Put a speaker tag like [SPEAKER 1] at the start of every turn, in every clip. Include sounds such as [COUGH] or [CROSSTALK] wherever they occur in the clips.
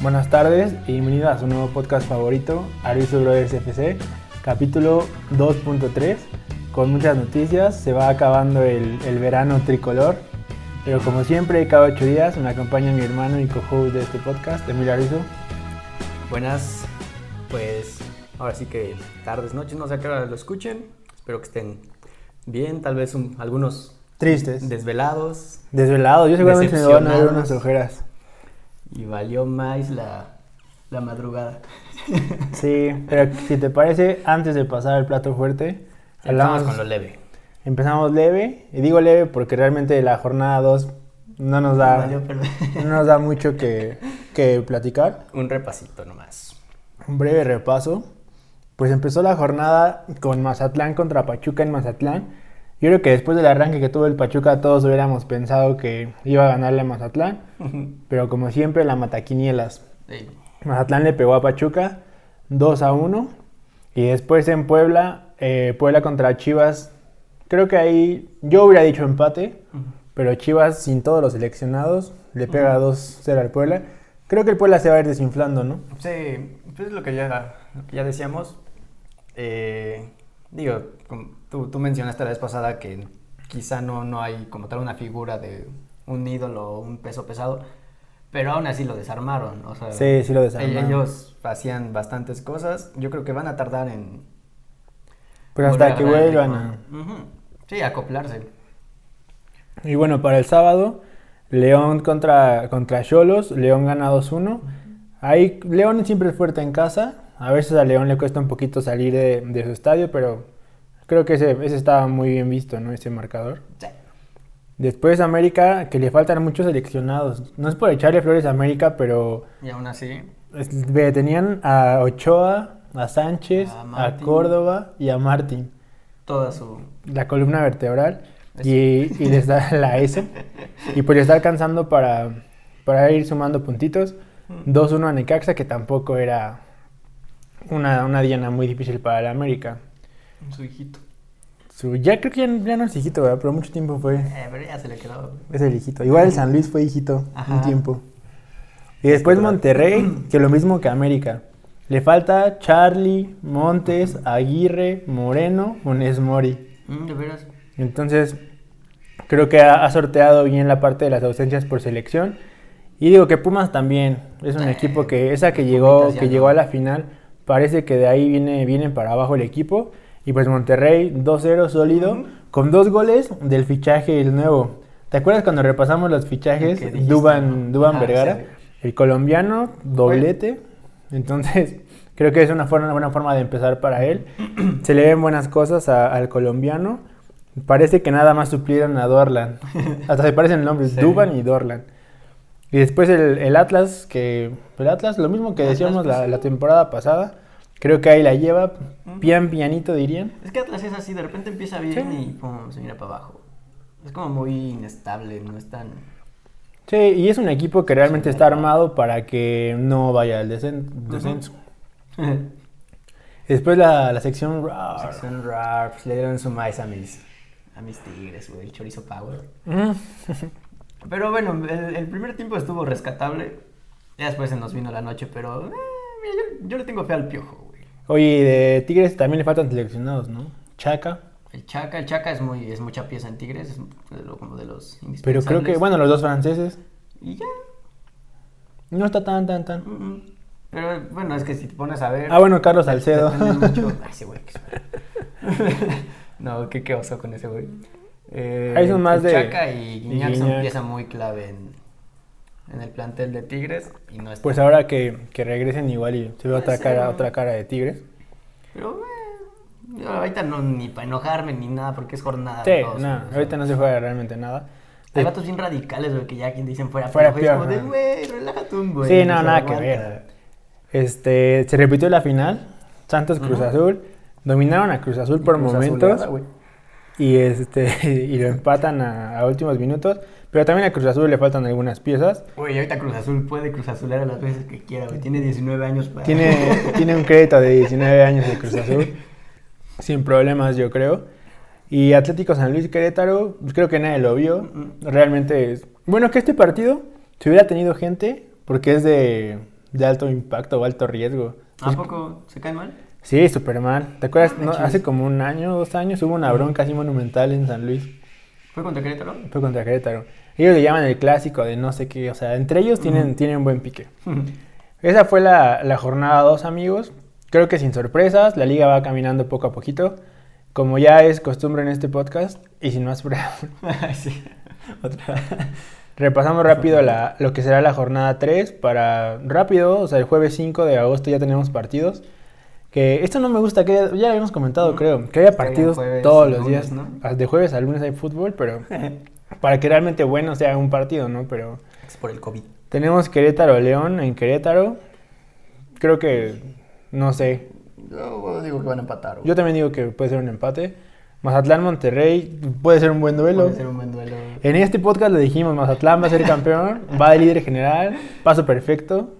[SPEAKER 1] Buenas tardes y bienvenidos a su nuevo podcast favorito, Arviso Brothers FC, capítulo 2.3, con muchas noticias. Se va acabando el, el verano tricolor, pero como siempre, cada ocho días me acompaña mi hermano y co-host de este podcast, Emilio Arviso.
[SPEAKER 2] Buenas, pues ahora sí que tardes, noches, no sé a qué hora lo escuchen. Espero que estén bien, tal vez un- algunos
[SPEAKER 1] Tristes,
[SPEAKER 2] desvelados
[SPEAKER 1] desvelados, yo seguramente me van a dar
[SPEAKER 2] Decepcionados.
[SPEAKER 1] unas
[SPEAKER 2] [LAUGHS]
[SPEAKER 1] ojeras.
[SPEAKER 2] y valió más la, la madrugada.
[SPEAKER 1] Sí, pero si te parece, antes de pasar al plato fuerte,
[SPEAKER 2] Empezamos con lo leve.
[SPEAKER 1] Empezamos leve, y digo leve porque realmente la jornada 2 no nos da,
[SPEAKER 2] Valió, pero-
[SPEAKER 1] no nos da mucho que, que platicar.
[SPEAKER 2] un repasito nomás. [LAUGHS]
[SPEAKER 1] Un breve repaso. Pues empezó la jornada con Mazatlán contra Pachuca en Mazatlán. Yo creo que después del arranque que tuvo el Pachuca todos hubiéramos pensado que iba a ganarle a Mazatlán, pero como siempre la mataquinielas.
[SPEAKER 2] Sí.
[SPEAKER 1] Mazatlán le pegó a Pachuca 2 a 1. Y después en Puebla, eh, Puebla contra Chivas. Creo que ahí yo hubiera dicho empate, pero Chivas sin todos los seleccionados le pega 2-0 al Puebla. Creo que el Puebla se va a ir desinflando, ¿no?
[SPEAKER 2] Sí, pues lo que ya, lo que ya decíamos. eh, digo, com- tú, tú mencionaste la vez pasada que quizá no, no hay como tal una figura de un ídolo o un peso pesado, pero aún así lo desarmaron. O sea, e-,
[SPEAKER 1] Sí, sí lo desarmaron.
[SPEAKER 2] Ellos hacían bastantes cosas. Yo creo que van a tardar en.
[SPEAKER 1] Pero hasta que
[SPEAKER 2] volver a
[SPEAKER 1] vuelvan
[SPEAKER 2] ganar
[SPEAKER 1] a...
[SPEAKER 2] el ritmo. Ujú. Sí, acoplarse.
[SPEAKER 1] Y bueno, para el sábado, León contra contra Cholos, León gana 2-1. Ahí León siempre es fuerte en casa. A veces a León le cuesta un poquito salir de, de su estadio, pero creo que ese, ese estaba muy bien visto, ¿no? Ese marcador.
[SPEAKER 2] Sí.
[SPEAKER 1] Después América, que le faltan muchos seleccionados. No es por echarle flores a América, pero
[SPEAKER 2] Y aún así.
[SPEAKER 1] es- ve, tenían a Ochoa, a Sánchez,
[SPEAKER 2] A
[SPEAKER 1] a,
[SPEAKER 2] Martín.
[SPEAKER 1] Córdoba y a Martín.
[SPEAKER 2] Toda su.
[SPEAKER 1] la columna vertebral
[SPEAKER 2] Eso.
[SPEAKER 1] y, y les da [LAUGHS] la S. Y pues le está alcanzando para, para ir sumando puntitos.
[SPEAKER 2] Mm.
[SPEAKER 1] 2-1 a Necaxa, que tampoco era una, una diana muy difícil para la América.
[SPEAKER 2] su hijito.
[SPEAKER 1] Su- ya creo que ya, ya no es hijito, ¿verdad? pero mucho tiempo fue.
[SPEAKER 2] Eh, pero ya se le quedó.
[SPEAKER 1] Es el hijito. Igual el San Luis fue hijito
[SPEAKER 2] Ajá.
[SPEAKER 1] un tiempo. Y después Monterrey, que lo mismo que América. Le falta Charlie, Montes, Aguirre, Moreno, Funes Mori.
[SPEAKER 2] Mm, de veras.
[SPEAKER 1] Entonces, creo que ha, ha sorteado bien la parte de las ausencias por selección. Y digo que Pumas también es un
[SPEAKER 2] Eh,
[SPEAKER 1] equipo que esa que llegó,
[SPEAKER 2] Pumitas ya
[SPEAKER 1] que
[SPEAKER 2] no.
[SPEAKER 1] llegó a la final, parece que de ahí viene, viene para abajo el equipo. Y pues Monterrey 2-0 sólido,
[SPEAKER 2] Ujú.
[SPEAKER 1] con dos goles del fichaje el nuevo. ¿Te acuerdas cuando repasamos los fichajes?
[SPEAKER 2] Que dijiste,
[SPEAKER 1] Duban,
[SPEAKER 2] ¿no?
[SPEAKER 1] Duban
[SPEAKER 2] Ah,
[SPEAKER 1] Vergara,
[SPEAKER 2] sí.
[SPEAKER 1] el colombiano, doblete. Entonces, [LAUGHS] creo que es una, forma, una buena forma de empezar para él. [CLEARS THROAT] Se le ven buenas cosas a- al colombiano. Parece que nada más suplieron a
[SPEAKER 2] [LAUGHS]
[SPEAKER 1] Dorlan. Hasta se parecen nombres,
[SPEAKER 2] Sí.
[SPEAKER 1] Duban y Dorlan. Y después el, el Atlas, que el Atlas, lo mismo que
[SPEAKER 2] Atlas,
[SPEAKER 1] decíamos la,
[SPEAKER 2] pues, sí.
[SPEAKER 1] la temporada pasada, creo que ahí la lleva,
[SPEAKER 2] Ujú.
[SPEAKER 1] pian pianito dirían.
[SPEAKER 2] Es que Atlas es así, de repente empieza bien y pum, se mira para abajo. Es como muy inestable, no es [LAUGHS] tan...
[SPEAKER 1] Sí, y es un equipo que realmente está armado para que no vaya al descen- descenso. Después la, la sección... Rar.
[SPEAKER 2] Sección rap, pues, le dieron su maíz a mis, a mis tigres, güey, el chorizo power.
[SPEAKER 1] Mm.
[SPEAKER 2] Pero bueno, el, el primer tiempo estuvo rescatable, ya después se nos vino la noche, pero eh, mira, yo, yo le tengo fe al piojo, güey.
[SPEAKER 1] Oye, y de Tigres también le faltan seleccionados, ¿no? Chaca.
[SPEAKER 2] El Chaca, el Chaca es muy, es mucha pieza en Tigres, es de lo- como de los
[SPEAKER 1] Pero
[SPEAKER 2] indispensables.
[SPEAKER 1] creo que, bueno, los dos franceses.
[SPEAKER 2] Y ya,
[SPEAKER 1] No está tan, tan, tan.
[SPEAKER 2] mm, mm. pero bueno, es que si te pones a ver...
[SPEAKER 1] Ah, bueno, Carlos Salcedo.
[SPEAKER 2] Depende Este, mucho. Ay, ese güey. que es- [LAUGHS] no, qué, qué oso con ese güey. Eh,
[SPEAKER 1] Ahí son más de-
[SPEAKER 2] Chaca y Guiñac,
[SPEAKER 1] y
[SPEAKER 2] son
[SPEAKER 1] Guiñac.
[SPEAKER 2] pieza muy clave en, en el plantel de Tigres y no
[SPEAKER 1] [LAUGHS]
[SPEAKER 2] está.
[SPEAKER 1] Pues ahora que, que regresen igual y se ve
[SPEAKER 2] Puede
[SPEAKER 1] otra
[SPEAKER 2] ser,
[SPEAKER 1] cara,
[SPEAKER 2] ¿no?
[SPEAKER 1] otra cara de Tigres.
[SPEAKER 2] Pero eh, yo ahorita no ni para enojarme ni nada porque es jornada.
[SPEAKER 1] Sí,
[SPEAKER 2] dos,
[SPEAKER 1] no,
[SPEAKER 2] o sea,
[SPEAKER 1] ahorita no se juega realmente nada. Eh,
[SPEAKER 2] Hay vatos bien radicales, güey, que ya quien dicen fuera,
[SPEAKER 1] Fuera
[SPEAKER 2] piojo, y es como
[SPEAKER 1] piojo,
[SPEAKER 2] de,
[SPEAKER 1] ¿no?
[SPEAKER 2] güey, relájate un güey.
[SPEAKER 1] Sí,
[SPEAKER 2] o
[SPEAKER 1] no,
[SPEAKER 2] sea,
[SPEAKER 1] nada que
[SPEAKER 2] aguanta.
[SPEAKER 1] ver. Este, se repitió la final, Santos Cruz
[SPEAKER 2] Ujú.
[SPEAKER 1] Azul, dominaron a Cruz Azul por
[SPEAKER 2] Cruz
[SPEAKER 1] momentos
[SPEAKER 2] Azulada, güey.
[SPEAKER 1] y este [LAUGHS] y lo empatan a, a últimos minutos, pero también a Cruz Azul le faltan algunas piezas.
[SPEAKER 2] Güey, ahorita Cruz Azul puede Cruz Azular a las veces que quiera, güey. Tiene 19 años para. [LAUGHS]
[SPEAKER 1] Tiene, tiene un crédito de 19 años de Cruz Azul, sin problemas yo creo. Y Atlético San Luis Querétaro, pues, creo que nadie lo vio,
[SPEAKER 2] Mm.
[SPEAKER 1] realmente es... Bueno, que este partido, si hubiera tenido gente, porque es de, de alto impacto o alto riesgo.
[SPEAKER 2] ¿A poco se cae mal?
[SPEAKER 1] Sí, súper mal. ¿Te acuerdas?
[SPEAKER 2] No
[SPEAKER 1] No,
[SPEAKER 2] manches.
[SPEAKER 1] hace como un año, dos años, hubo una bronca así monumental en San Luis.
[SPEAKER 2] ¿Fue contra Querétaro?
[SPEAKER 1] Fue contra Querétaro. Ellos le llaman el clásico de no sé qué. O sea, entre ellos tienen,
[SPEAKER 2] Ujú.
[SPEAKER 1] tienen buen pique. Esa fue la, la jornada 2, amigos. Creo que sin sorpresas, la liga va caminando poco a poquito. Como ya es costumbre en este podcast, y sin más preámbulo,
[SPEAKER 2] Ay, [LAUGHS] sí. Otra.
[SPEAKER 1] [LAUGHS] repasamos rápido la- lo que será la jornada 3 para rápido, o sea, el jueves 5 de agosto ya tenemos partidos. Que esto no me gusta, que ya lo habíamos comentado,
[SPEAKER 2] Ujú.
[SPEAKER 1] creo, que haya
[SPEAKER 2] Juegan
[SPEAKER 1] partidos
[SPEAKER 2] jueves
[SPEAKER 1] todos
[SPEAKER 2] y
[SPEAKER 1] los
[SPEAKER 2] lunes,
[SPEAKER 1] días. ah,
[SPEAKER 2] ¿no?
[SPEAKER 1] De jueves a lunes hay fútbol, pero para que realmente bueno sea un partido, ¿no? Pero
[SPEAKER 2] Es por el COVID.
[SPEAKER 1] tenemos Querétaro León en Querétaro. Creo que no sé.
[SPEAKER 2] Yo digo que van a empatar.
[SPEAKER 1] Yo también digo que puede ser un empate. Mazatlán Monterrey puede ser un buen duelo.
[SPEAKER 2] Puede ser un buen duelo.
[SPEAKER 1] En este podcast le dijimos, Mazatlán va a ser campeón, va de líder general, paso perfecto,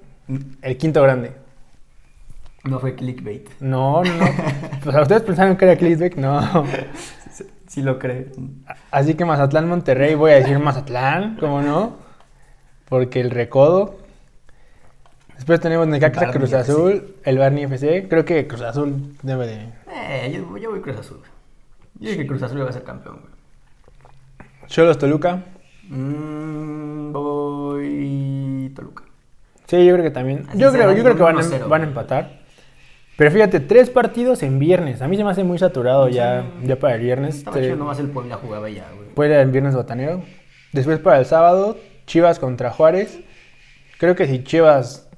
[SPEAKER 1] el quinto grande.
[SPEAKER 2] No fue clickbait.
[SPEAKER 1] No, no. no. O sea, ustedes pensaron que era clickbait, no.
[SPEAKER 2] Sí, sí lo cree.
[SPEAKER 1] Así que Mazatlán Monterrey, voy a decir Mazatlán, ¿cómo no? Porque el recodo. Después tenemos Necaxa
[SPEAKER 2] Barney
[SPEAKER 1] Cruz
[SPEAKER 2] FC.
[SPEAKER 1] Azul, el Barney FC. Creo que Cruz Azul debe de.
[SPEAKER 2] Eh, yo, yo voy Cruz Azul. Yo dije que Cruz Azul va a ser campeón, güey.
[SPEAKER 1] Cholos Toluca.
[SPEAKER 2] Mm, voy Toluca.
[SPEAKER 1] Sí, yo creo que también.
[SPEAKER 2] Así
[SPEAKER 1] Yo
[SPEAKER 2] se
[SPEAKER 1] creo,
[SPEAKER 2] van
[SPEAKER 1] yo creo que van, a-
[SPEAKER 2] 1-0.
[SPEAKER 1] van a empatar. Pero fíjate, tres partidos en viernes. A mí se me hace muy saturado ya, ya para el viernes.
[SPEAKER 2] Estaba
[SPEAKER 1] Te-
[SPEAKER 2] chido, nomás el Puebla jugaba ya, güey.
[SPEAKER 1] Puebla el viernes botanero. Después para el sábado, Chivas contra Juárez. Creo que si Chivas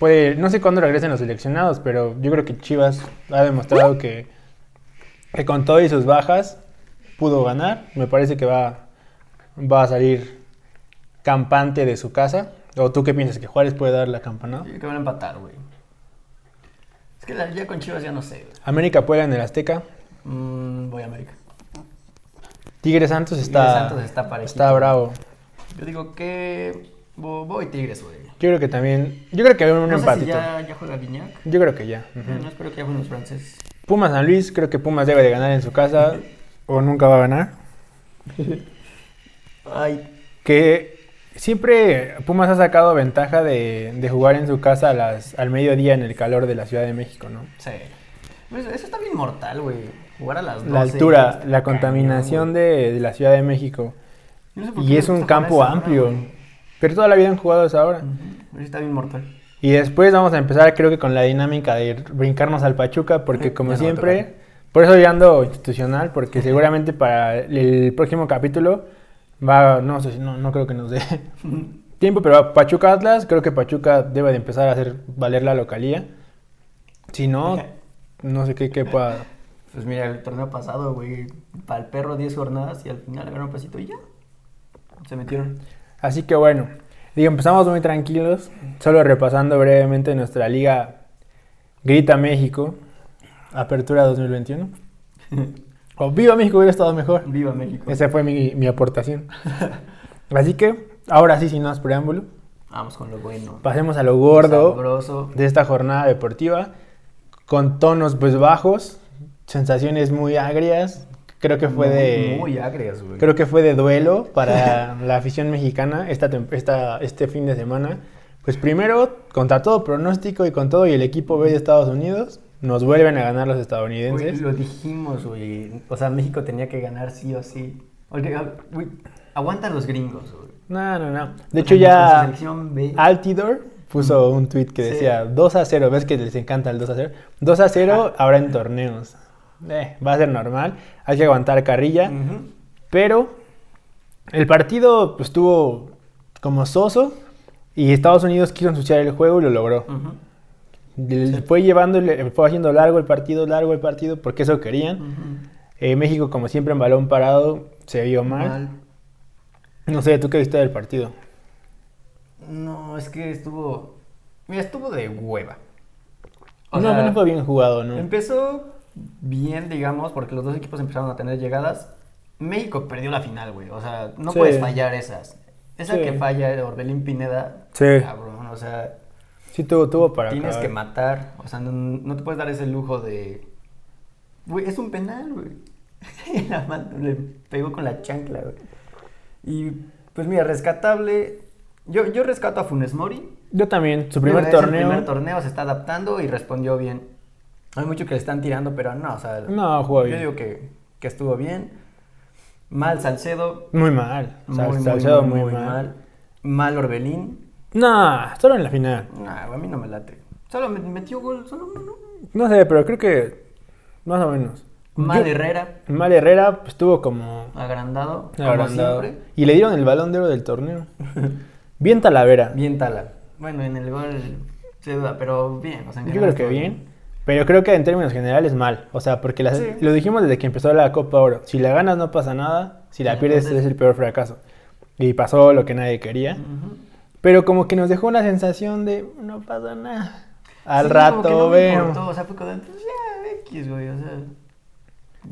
[SPEAKER 1] puede, no sé cuándo regresen los seleccionados, pero yo creo que Chivas ha demostrado que, que con todo y sus bajas pudo ganar. Me parece que va, va a salir campante de su casa. ¿O tú qué piensas? ¿Que Juárez puede dar la campanada?
[SPEAKER 2] Yo creo que van a empatar, güey. Es que la, ya con Chivas ya no sé, güey.
[SPEAKER 1] América Puebla en el Azteca.
[SPEAKER 2] Mm, voy a América.
[SPEAKER 1] Tigres Santos está,
[SPEAKER 2] Tigres Santos está parejito.
[SPEAKER 1] está bravo.
[SPEAKER 2] Yo digo que vo- voy Tigres, güey.
[SPEAKER 1] Yo creo que también, yo creo que hay un
[SPEAKER 2] no sé si
[SPEAKER 1] empatito.
[SPEAKER 2] ya, ya juega Viñac.
[SPEAKER 1] Yo creo que ya. ujú.
[SPEAKER 2] No espero que ya jueguen los franceses.
[SPEAKER 1] Pumas San Luis, creo que Pumas debe de ganar en su casa o nunca va a ganar.
[SPEAKER 2] Ay,
[SPEAKER 1] Que siempre Pumas ha sacado ventaja de, de jugar en su casa a las, al mediodía en el calor de la Ciudad de México, ¿no?
[SPEAKER 2] sí. Pues eso está bien mortal, güey. Jugar a las 12.
[SPEAKER 1] La altura,
[SPEAKER 2] está
[SPEAKER 1] la
[SPEAKER 2] cañón,
[SPEAKER 1] contaminación
[SPEAKER 2] güey.
[SPEAKER 1] de, de la Ciudad de México.
[SPEAKER 2] Yo no sé por qué
[SPEAKER 1] Y
[SPEAKER 2] le
[SPEAKER 1] es un
[SPEAKER 2] gusta jugar a
[SPEAKER 1] campo
[SPEAKER 2] esa hora,
[SPEAKER 1] amplio.
[SPEAKER 2] güey.
[SPEAKER 1] Pero toda la vida han jugado a esa hora.
[SPEAKER 2] Ujú, Está bien mortal. [LAUGHS]
[SPEAKER 1] Y después vamos a empezar, creo que con la dinámica de ir- brincarnos al Pachuca, porque
[SPEAKER 2] Eh,
[SPEAKER 1] como
[SPEAKER 2] ya no va a
[SPEAKER 1] siempre,
[SPEAKER 2] tocar.
[SPEAKER 1] por eso yo ando institucional, porque seguramente para el próximo capítulo va, no sé, si- no, no creo que nos dé [LAUGHS] tiempo, pero Pachuca Atlas, creo que Pachuca debe de empezar a hacer valer la localía. Si no, no sé qué, qué pueda.
[SPEAKER 2] Pues mira, el torneo pasado, güey, para el perro 10 jornadas y al final le ganó un pasito y ya. Se metieron. [LAUGHS]
[SPEAKER 1] Así que bueno, digo, empezamos muy tranquilos, solo repasando brevemente nuestra liga Grita México, Apertura 2021. O Viva México hubiera estado mejor.
[SPEAKER 2] Viva México.
[SPEAKER 1] Esa fue mi, mi aportación. Así que, ahora sí, sin más preámbulo,
[SPEAKER 2] Vamos con lo bueno.
[SPEAKER 1] pasemos a lo gordo
[SPEAKER 2] Sabroso.
[SPEAKER 1] de esta jornada deportiva, con tonos pues bajos, sensaciones muy agrias, creo que fue
[SPEAKER 2] Muy-
[SPEAKER 1] de...
[SPEAKER 2] Muy agrias, güey.
[SPEAKER 1] Creo que fue de duelo para la afición mexicana esta, tem- esta- este fin de semana. Pues primero, contra todo pronóstico y con todo y el equipo B de Estados Unidos, nos vuelven a ganar los
[SPEAKER 2] Güey,
[SPEAKER 1] estadounidenses.
[SPEAKER 2] lo dijimos, güey. O sea, México tenía que ganar sí o sí. Porque, ah, güey, aguantan los gringos, güey.
[SPEAKER 1] No, no, no.
[SPEAKER 2] O sea,
[SPEAKER 1] De hecho
[SPEAKER 2] nuestra
[SPEAKER 1] ya
[SPEAKER 2] selección B.
[SPEAKER 1] Altidor puso un tweet que
[SPEAKER 2] Sí.
[SPEAKER 1] decía 2 a 0, ves que les encanta el 2 a 0. 2 a 0 ahora en torneos. Eh, va a ser normal, hay que aguantar carrilla.
[SPEAKER 2] Ujú.
[SPEAKER 1] Pero el partido pues, estuvo como soso y Estados Unidos quiso ensuciar el juego y lo logró.
[SPEAKER 2] Ujú.
[SPEAKER 1] Le- Fue llevando, le- fue haciendo largo el partido, largo el partido, porque eso querían.
[SPEAKER 2] Ujú.
[SPEAKER 1] Eh, México, como siempre, en balón parado, se vio mal.
[SPEAKER 2] Mal.
[SPEAKER 1] No sé, ¿tú qué viste del partido?
[SPEAKER 2] No, es que estuvo. Mira, estuvo de hueva. O
[SPEAKER 1] no,
[SPEAKER 2] sea,
[SPEAKER 1] no fue bien jugado, ¿no?
[SPEAKER 2] Empezó bien, digamos, porque los dos equipos empezaron a tener llegadas. México perdió la final, güey. O sea, no
[SPEAKER 1] Sí.
[SPEAKER 2] puedes fallar esas. Esa
[SPEAKER 1] Sí.
[SPEAKER 2] que falla Orbelín Pineda,
[SPEAKER 1] Sí.
[SPEAKER 2] cabrón, o sea,
[SPEAKER 1] Sí, tuvo, tuvo para
[SPEAKER 2] tienes
[SPEAKER 1] acabar.
[SPEAKER 2] que matar. O sea, no, no te puedes dar ese lujo de... Güey, es un penal, güey. [LAUGHS] Y la mano le pegó con la chancla, güey. Y, pues mira, rescatable. Yo, yo rescato a Funes Mori.
[SPEAKER 1] Yo también, su
[SPEAKER 2] Digo,
[SPEAKER 1] primer
[SPEAKER 2] es el
[SPEAKER 1] torneo.
[SPEAKER 2] primer torneo se está adaptando y respondió bien. Hay mucho que le están tirando, pero no, o sea,
[SPEAKER 1] No, jugó
[SPEAKER 2] yo
[SPEAKER 1] bien.
[SPEAKER 2] digo que, que estuvo bien. Mal Salcedo.
[SPEAKER 1] Muy mal. O sea, Salcedo muy, mal.
[SPEAKER 2] Mal Orbelín.
[SPEAKER 1] No, solo en la final.
[SPEAKER 2] Nah, a mí no me late. Solo me- metió gol, solo uno.
[SPEAKER 1] No sé, pero creo que más o menos.
[SPEAKER 2] Mal
[SPEAKER 1] Yo-
[SPEAKER 2] Herrera,
[SPEAKER 1] Mal Herrera pues, estuvo como
[SPEAKER 2] agrandado,
[SPEAKER 1] agrandado.
[SPEAKER 2] como siempre.
[SPEAKER 1] Y le dieron el balón de oro del torneo. [LAUGHS] Bien Talavera.
[SPEAKER 2] Bien Tala. Bueno, en el gol se duda, pero bien. O sea, en
[SPEAKER 1] Yo
[SPEAKER 2] general
[SPEAKER 1] creo que
[SPEAKER 2] estuvo
[SPEAKER 1] bien. Pero creo que en términos generales mal. O sea, porque las-
[SPEAKER 2] Sí.
[SPEAKER 1] lo dijimos desde que empezó la Copa Oro. Si la ganas no pasa nada. Si la
[SPEAKER 2] Sí,
[SPEAKER 1] pierdes
[SPEAKER 2] entonces-
[SPEAKER 1] es el peor fracaso. Y pasó lo que nadie quería.
[SPEAKER 2] Ujú.
[SPEAKER 1] Pero como que nos dejó una sensación de no pasa nada. Al
[SPEAKER 2] Sí, como que
[SPEAKER 1] rato
[SPEAKER 2] no me
[SPEAKER 1] vemos.
[SPEAKER 2] importó, o sea, fue como, pues, ya, X, güey, o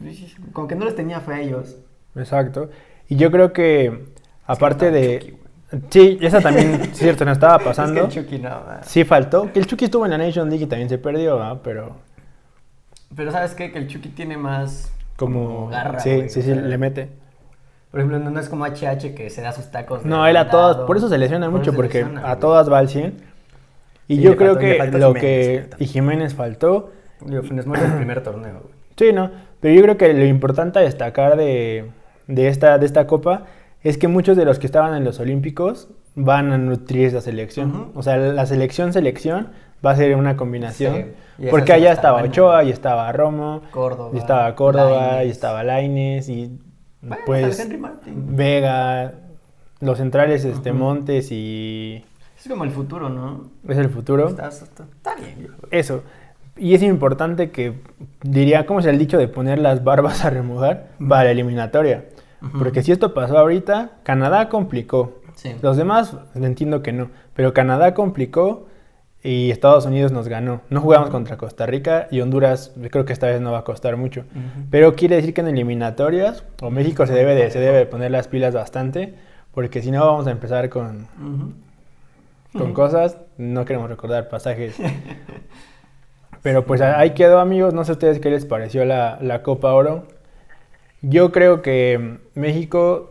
[SPEAKER 2] sea. Como que no les tenía fe a ellos.
[SPEAKER 1] Exacto. Y yo creo que aparte
[SPEAKER 2] estaba
[SPEAKER 1] de...
[SPEAKER 2] Chucky, güey.
[SPEAKER 1] sí, esa también,
[SPEAKER 2] [LAUGHS]
[SPEAKER 1] es cierto, nos estaba pasando.
[SPEAKER 2] Es que el Chucky no, va.
[SPEAKER 1] Sí faltó. Que el Chucky estuvo en la Nation League y también se perdió, ¿ah? Pero
[SPEAKER 2] Pero ¿sabes qué? Que el Chucky tiene más.
[SPEAKER 1] como...
[SPEAKER 2] garra.
[SPEAKER 1] sí,
[SPEAKER 2] güey,
[SPEAKER 1] sí,
[SPEAKER 2] o
[SPEAKER 1] sí,
[SPEAKER 2] sea,
[SPEAKER 1] le mete.
[SPEAKER 2] Por ejemplo, no, no es como HH que se da sus tacos. de
[SPEAKER 1] No, él a
[SPEAKER 2] mandado.
[SPEAKER 1] todas, por eso se lesiona
[SPEAKER 2] Por
[SPEAKER 1] mucho,
[SPEAKER 2] eso se
[SPEAKER 1] porque
[SPEAKER 2] lesiona,
[SPEAKER 1] a
[SPEAKER 2] güey.
[SPEAKER 1] todas va al 100. Y,
[SPEAKER 2] Y
[SPEAKER 1] yo
[SPEAKER 2] le
[SPEAKER 1] creo
[SPEAKER 2] faltó- y le
[SPEAKER 1] que
[SPEAKER 2] faltó
[SPEAKER 1] lo
[SPEAKER 2] Jiménez,
[SPEAKER 1] que...
[SPEAKER 2] neta.
[SPEAKER 1] Y Jiménez faltó.
[SPEAKER 2] Digo, Funes Mori es el primer torneo, güey.
[SPEAKER 1] Sí, no. Pero yo creo que lo importante a destacar de, de esta, de esta copa es que muchos de los que estaban en los Olímpicos van a nutrir esa selección.
[SPEAKER 2] Ujú.
[SPEAKER 1] O sea, la selección-selección va a ser una combinación.
[SPEAKER 2] Sí, y
[SPEAKER 1] Porque
[SPEAKER 2] esa sí va
[SPEAKER 1] allá
[SPEAKER 2] a estar
[SPEAKER 1] estaba
[SPEAKER 2] buena.
[SPEAKER 1] Ochoa, y estaba Romo,
[SPEAKER 2] Córdoba.
[SPEAKER 1] y estaba Córdoba, y
[SPEAKER 2] Lainez.
[SPEAKER 1] estaba Laines, y
[SPEAKER 2] Bueno,
[SPEAKER 1] pues
[SPEAKER 2] hasta Henry Martin.
[SPEAKER 1] Vega, los centrales este,
[SPEAKER 2] Ujú.
[SPEAKER 1] Montes y
[SPEAKER 2] Es como el futuro, ¿no?
[SPEAKER 1] es el futuro.
[SPEAKER 2] Está, está- está bien, güey.
[SPEAKER 1] Eso. Y es importante que, diría, ¿cómo es el dicho de poner las barbas a remojar para la eliminatoria?
[SPEAKER 2] Ujú.
[SPEAKER 1] Porque si esto pasó ahorita, Canadá complicó.
[SPEAKER 2] Sí.
[SPEAKER 1] Los demás entiendo que no, pero Canadá complicó y Estados Unidos nos ganó. No jugamos contra Costa Rica y Honduras, yo creo que esta vez no va a costar mucho.
[SPEAKER 2] Ujú.
[SPEAKER 1] Pero quiere decir que en eliminatorias, o México se debe de, se debe de poner las pilas bastante, porque si no vamos a empezar con,
[SPEAKER 2] Ujú.
[SPEAKER 1] con cosas, no queremos recordar
[SPEAKER 2] [LAUGHS]
[SPEAKER 1] pasajes. Pero pues ahí quedó amigos, no sé ustedes qué les pareció la, la Copa Oro. Yo creo que mm, México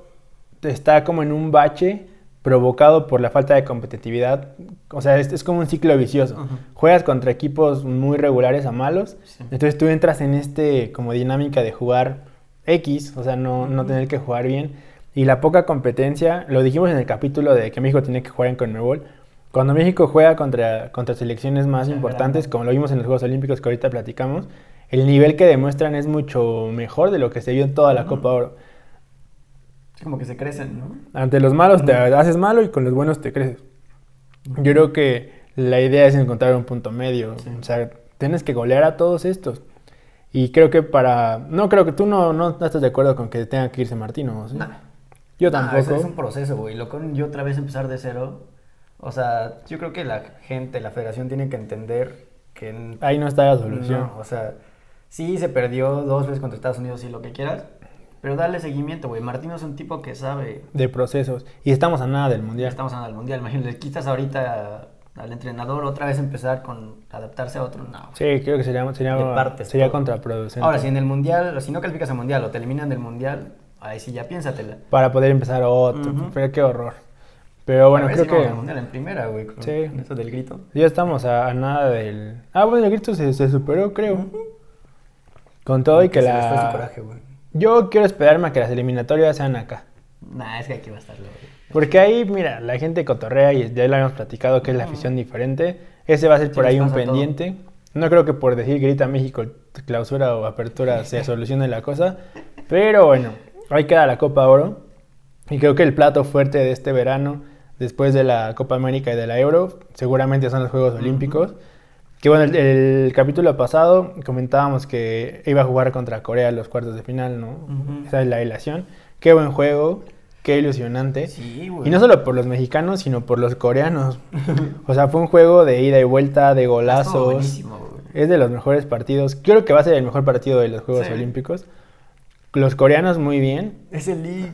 [SPEAKER 1] está como en un bache provocado por la falta de competitividad. O sea, es, es como un ciclo vicioso.
[SPEAKER 2] Ujú.
[SPEAKER 1] Juegas contra equipos muy regulares a malos,
[SPEAKER 2] Sí.
[SPEAKER 1] entonces tú entras en este como dinámica de jugar X, o sea, no, no
[SPEAKER 2] Ujú.
[SPEAKER 1] tener que jugar bien. Y la poca competencia, lo dijimos en el capítulo de que México tiene que jugar en CONMEBOL. Cuando México juega contra, contra selecciones más
[SPEAKER 2] Ajá.
[SPEAKER 1] importantes, como lo vimos en los Juegos Olímpicos que ahorita platicamos, el nivel que demuestran es mucho mejor de lo que se vio en toda la
[SPEAKER 2] Ujú.
[SPEAKER 1] Copa Oro.
[SPEAKER 2] Es como que se crecen, ¿no?
[SPEAKER 1] Ante los malos te
[SPEAKER 2] Ujú.
[SPEAKER 1] haces malo y con los buenos te creces. Yo creo que la idea es encontrar un punto medio.
[SPEAKER 2] Sí.
[SPEAKER 1] O sea, tienes que golear a todos estos. Y creo que para... No, creo que tú no, no, no estás de acuerdo con que tenga que irse Martino. ¿o sí?
[SPEAKER 2] Nah.
[SPEAKER 1] Yo
[SPEAKER 2] No,
[SPEAKER 1] tampoco.
[SPEAKER 2] eso Ah, es un proceso, güey. Lo con yo otra vez empezar de cero. O sea, yo creo que la gente, la federación tiene que entender que n-
[SPEAKER 1] Ahí no está la solución.
[SPEAKER 2] no, o sea, sí se perdió dos veces contra Estados Unidos y lo que quieras, pero dale seguimiento, güey. Martino es un tipo que sabe.
[SPEAKER 1] De procesos. Y estamos a nada del
[SPEAKER 2] Ya
[SPEAKER 1] Mundial.
[SPEAKER 2] estamos hablando del mundial. Imagínate, le quitas ahorita al entrenador otra vez empezar con adaptarse a otro. No.
[SPEAKER 1] Sí, creo que sería, sería,
[SPEAKER 2] De partes,
[SPEAKER 1] sería
[SPEAKER 2] todo.
[SPEAKER 1] contraproducente.
[SPEAKER 2] Ahora, si en el mundial, si no calificas al mundial o te eliminan del mundial, ahí sí ya piénsatela.
[SPEAKER 1] Para poder empezar otro.
[SPEAKER 2] Ujú.
[SPEAKER 1] Pero qué horror. Pero bueno,
[SPEAKER 2] A ver
[SPEAKER 1] creo
[SPEAKER 2] si vamos al
[SPEAKER 1] que...
[SPEAKER 2] mundial en primera, güey. con-
[SPEAKER 1] Sí.
[SPEAKER 2] con Eso del grito.
[SPEAKER 1] Ya estamos a, a nada del. Ah, bueno, el grito se, se superó, creo. Con todo y que
[SPEAKER 2] Se les fue su
[SPEAKER 1] la.
[SPEAKER 2] coraje, güey.
[SPEAKER 1] Yo quiero esperarme a que las eliminatorias sean acá.
[SPEAKER 2] Nah, es que aquí va a estar luego.
[SPEAKER 1] Porque ahí, mira, la gente cotorrea y ya lo habíamos platicado que es la afición diferente. Ese va a ser
[SPEAKER 2] Sí,
[SPEAKER 1] por ahí
[SPEAKER 2] les
[SPEAKER 1] un
[SPEAKER 2] pasa todo.
[SPEAKER 1] pendiente. No creo que por decir grita México clausura o apertura
[SPEAKER 2] [LAUGHS]
[SPEAKER 1] se solucione la cosa. Pero bueno, ahí queda la Copa Oro. Y creo que el plato fuerte de este verano, después de la Copa América y de la Euro, seguramente son los Juegos Olímpicos. Que bueno, el, el capítulo pasado comentábamos que iba a jugar contra Corea en los cuartos de final, ¿no?
[SPEAKER 2] Ujú.
[SPEAKER 1] Esa es la ilación. Qué buen juego, qué ilusionante.
[SPEAKER 2] Sí,
[SPEAKER 1] Y no solo por los mexicanos, sino por los coreanos. O sea, fue un juego de ida y vuelta, de
[SPEAKER 2] Estuvo
[SPEAKER 1] golazos.
[SPEAKER 2] buenísimo, güey.
[SPEAKER 1] Es de los mejores partidos. Creo que va a ser el mejor partido de los Juegos
[SPEAKER 2] Sí.
[SPEAKER 1] Olímpicos. Los coreanos muy bien.
[SPEAKER 2] Ese Lee